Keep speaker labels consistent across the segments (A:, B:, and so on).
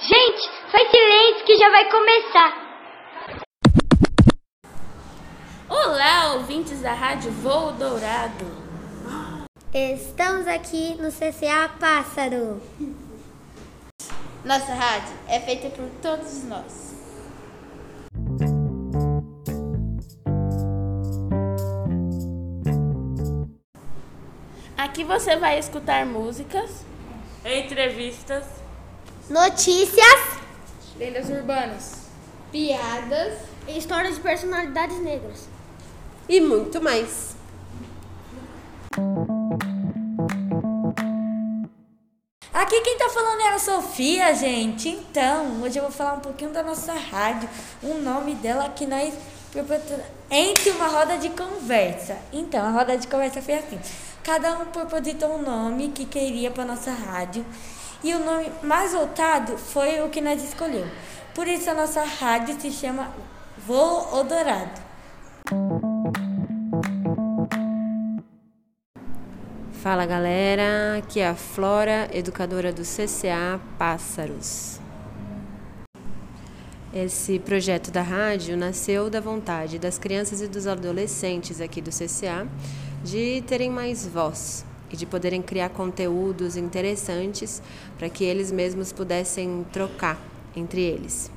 A: Gente, faz silêncio que já vai começar.
B: Olá, ouvintes da Rádio Voo Dourado.
A: Estamos aqui no CCA Pássaro.
B: Nossa rádio é feita por todos nós. Aqui você vai escutar músicas, entrevistas,
A: Notícias,
B: lendas urbanas.
A: piadas e histórias de personalidades negras.
C: e muito mais.
D: Aqui quem tá falando é a Sofia, gente. Então, hoje eu vou falar um pouquinho da nossa rádio, o nome dela que nós propotro- entre uma roda de conversa. Então, a roda de conversa foi assim. Cada um propositou um nome que queria para nossa rádio e o nome mais voltado foi o que nós escolheu. Por isso a nossa rádio se chama Voo Odorado.
C: Fala galera, aqui é a Flora, educadora do CCA Pássaros. Esse projeto da rádio nasceu da vontade das crianças e dos adolescentes aqui do CCA de terem mais voz e de poderem criar conteúdos interessantes para que eles mesmos pudessem trocar entre eles.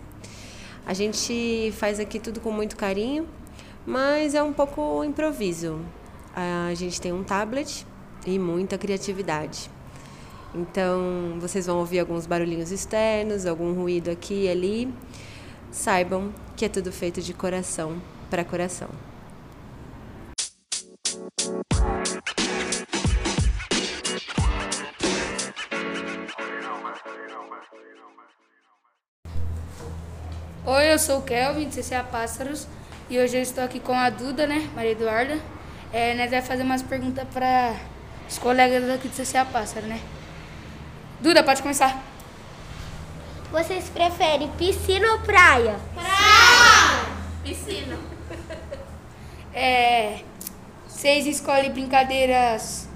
C: A gente faz aqui tudo com muito carinho, mas é um pouco improviso. A gente tem um tablet e muita criatividade. Então, vocês vão ouvir alguns barulhinhos externos, algum ruído aqui e ali. Saibam que é tudo feito de coração para coração.
E: Oi, eu sou o Kelvin, do CCA Pássaros, e hoje eu estou aqui com a Duda, né, Maria Eduarda. É, nós vamos fazer umas perguntas para os colegas aqui do CCA Pássaro, né? Duda, pode começar.
A: Vocês preferem piscina ou praia?
E: É, vocês escolhem brincadeiras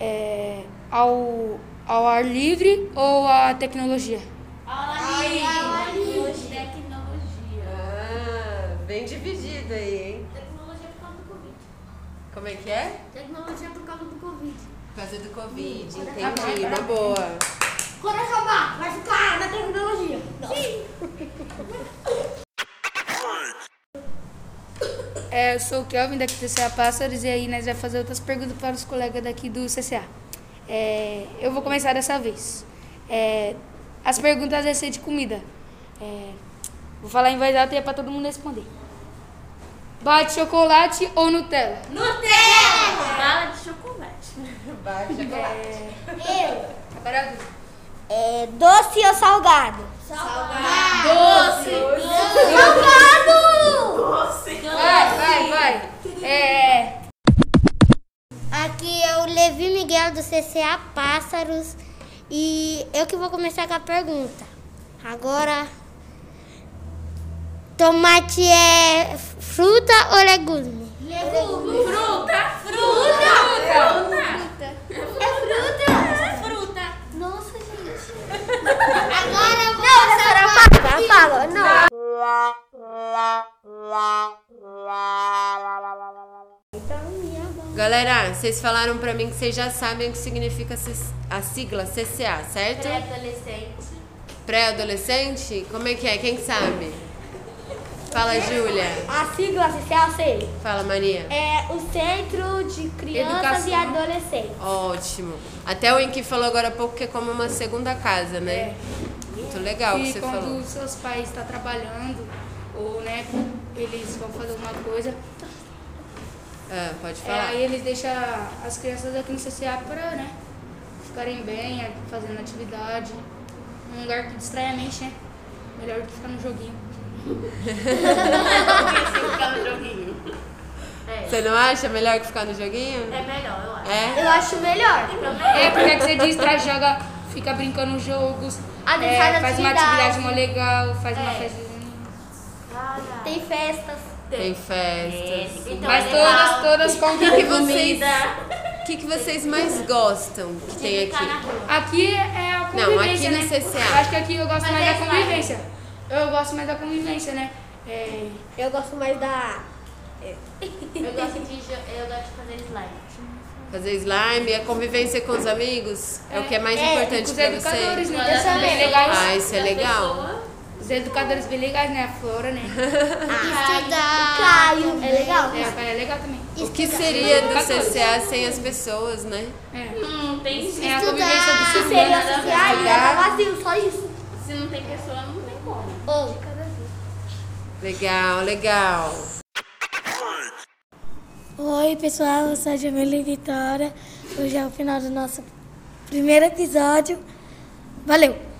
E: é, ao, ao ar livre ou à tecnologia?
C: Ah, bem dividido aí, hein? Como é que é?
A: Tecnologia por causa do Covid.
C: Por causa do Covid, tá entendi. Uma boa.
A: Quando acabar, vai ficar na tecnologia.
E: É, eu sou o Kelvin daqui do CCA Pássaros e aí nós vamos fazer outras perguntas para os colegas daqui do CCA. É, eu vou começar dessa vez. É, as perguntas vão ser de comida. É, vou falar em voz alta e é para todo mundo responder. Bate chocolate ou Nutella?
B: Bala de chocolate.
E: Agora
A: É doce ou salgado?
E: vai, vai, vai. É,
A: Aqui é o Levi Miguel do CCA Pássaros e eu que vou começar com a pergunta. Agora, tomate é fruta ou legume? Legume. É Nossa, gente. Agora eu vou Não, fala, fala, não.
C: Galera, vocês falaram pra mim que vocês já sabem o que significa C- a sigla CCA, certo?
B: Pré-adolescente.
C: Pré-adolescente? Como é que é? Quem sabe? Fala, Júlia.
A: A sigla oficial sei.
C: Fala, Maria.
A: É o Centro de Crianças e Adolescentes.
C: Ótimo. Até o Inky falou agora há pouco que é como uma segunda casa, né? Muito legal Tá, o que
E: e
C: você
E: quando
C: falou.
E: os seus pais estão trabalhando ou né, eles vão fazer alguma coisa,
C: Ah, pode
E: É,
C: falar.
E: aí eles deixam as crianças aqui no CCA pra, né, ficarem bem, é, fazendo atividade. Um lugar que distrai a mente, né? Melhor do que ficar no joguinho.
B: Ficar no joguinho.
C: Você não acha melhor que ficar no joguinho?
B: É melhor, eu acho.
C: É?
A: Eu acho melhor.
E: É, porque é que você distrai, joga, fica brincando nos jogos,
A: Ah, tem
E: é,
A: várias
E: faz uma
A: atividades.
E: atividade mó legal, faz uma festa.
A: Tem festas.
C: Tem festas.
B: Então,
E: Mas
B: é
E: todas,
B: legal.
E: todas
C: O que,
E: convivem
C: que
E: comigo.
C: vocês, o que, que vocês mais gostam que tem aqui?
E: Aqui é a
C: Não, aqui
E: convivência,
C: no
E: né?
C: CCA.
E: Eu acho que aqui eu gosto
A: Mas
E: mais
A: é
E: da
A: slide.
E: convivência. Eu gosto mais da convivência, né? É,
A: Eu gosto mais da.
F: Eu gosto de, jo- eu gosto de fazer slide.
C: Fazer slime, a convivência com os amigos é, o que é mais
A: é,
E: com
C: importante
E: os
C: pra
E: educadores,
C: você.
E: né? Que são bem legais.
C: Ah, isso é legal.
E: Os educadores bem legais, né? A Flora, né?
A: Estudar. Caio. É legal.
E: É, a Caia é legal também.
C: O que seria do CCA sem as pessoas, né?
E: É,
F: Não tem jeito.
E: é a convivência do
A: Estudar.
E: sistema.
F: seria sociais,
A: tá vazio, só isso.
F: Se não tem pessoa, não tem como.
A: Ou.
C: Legal, legal.
G: Oi, pessoal, eu sou a Jamila e Vitória. Hoje é o final do nosso primeiro episódio. Valeu!